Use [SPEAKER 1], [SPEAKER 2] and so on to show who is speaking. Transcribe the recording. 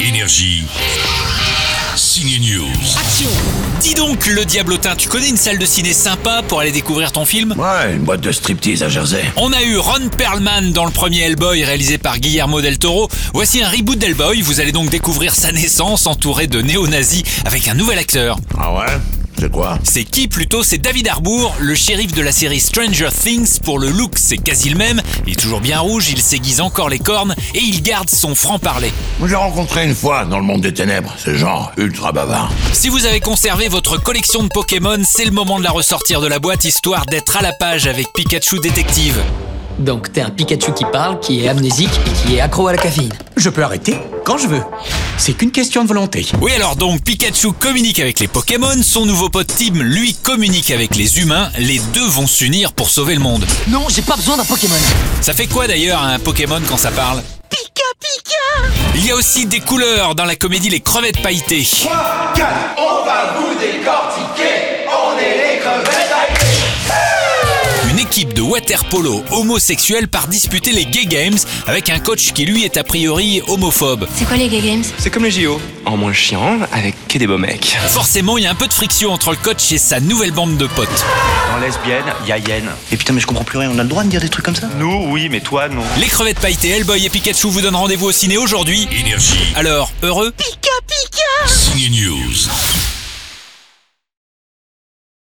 [SPEAKER 1] Énergie. Signe News.
[SPEAKER 2] Action Dis donc, le diablotin, tu connais une salle de ciné sympa pour aller découvrir ton film
[SPEAKER 3] Ouais, une boîte de striptease à Jersey.
[SPEAKER 2] On a eu Ron Perlman dans le premier Hellboy réalisé par Guillermo del Toro. Voici un reboot d'Hellboy, vous allez donc découvrir sa naissance entourée de néo-nazis avec un nouvel acteur.
[SPEAKER 3] Ah ouais C'est quoi
[SPEAKER 2] C'est qui plutôt C'est David Harbour, le shérif de la série Stranger Things. Pour le look, c'est quasi le même. Il est toujours bien rouge, il s'aiguise encore les cornes et il garde son franc-parler.
[SPEAKER 3] Moi, j'ai rencontré une fois dans le monde des ténèbres ce genre ultra bavard.
[SPEAKER 2] Si vous avez conservé votre collection de Pokémon, c'est le moment de la ressortir de la boîte histoire d'être à la page avec Pikachu Détective.
[SPEAKER 4] Donc t'es un Pikachu qui parle, qui est amnésique et qui est accro à la caféine.
[SPEAKER 5] Je peux arrêter quand je veux. C'est qu'une question de volonté.
[SPEAKER 2] Oui alors donc, Pikachu communique avec les Pokémon, son nouveau pote Tim, lui, communique avec les humains, les deux vont s'unir pour sauver le monde.
[SPEAKER 4] Non, j'ai pas besoin d'un Pokémon.
[SPEAKER 2] Ça fait quoi d'ailleurs un Pokémon quand ça parle
[SPEAKER 6] Pika pika
[SPEAKER 2] Il y a aussi des couleurs dans la comédie Les Crevettes Pailletées.
[SPEAKER 7] On va vous décortiquer, on est les crevettes
[SPEAKER 2] Une équipe de waterpolo homosexuels part disputer les Gay Games avec un coach qui lui est a priori homophobe.
[SPEAKER 8] C'est quoi les Gay Games
[SPEAKER 9] C'est comme les JO, en moins chiant, avec que des beaux mecs.
[SPEAKER 2] Forcément, il y a un peu de friction entre le coach et sa nouvelle bande de potes.
[SPEAKER 9] Dans lesbienne, y a Yen.
[SPEAKER 10] Et putain, mais je comprends plus rien, on a le droit de dire des trucs comme ça
[SPEAKER 9] Nous, oui, mais toi, non.
[SPEAKER 2] Les crevettes pailletées, Hellboy et Pikachu vous donnent rendez-vous au ciné aujourd'hui.
[SPEAKER 1] Énergie.
[SPEAKER 2] Alors, heureux
[SPEAKER 6] Pika pika
[SPEAKER 1] Signe News.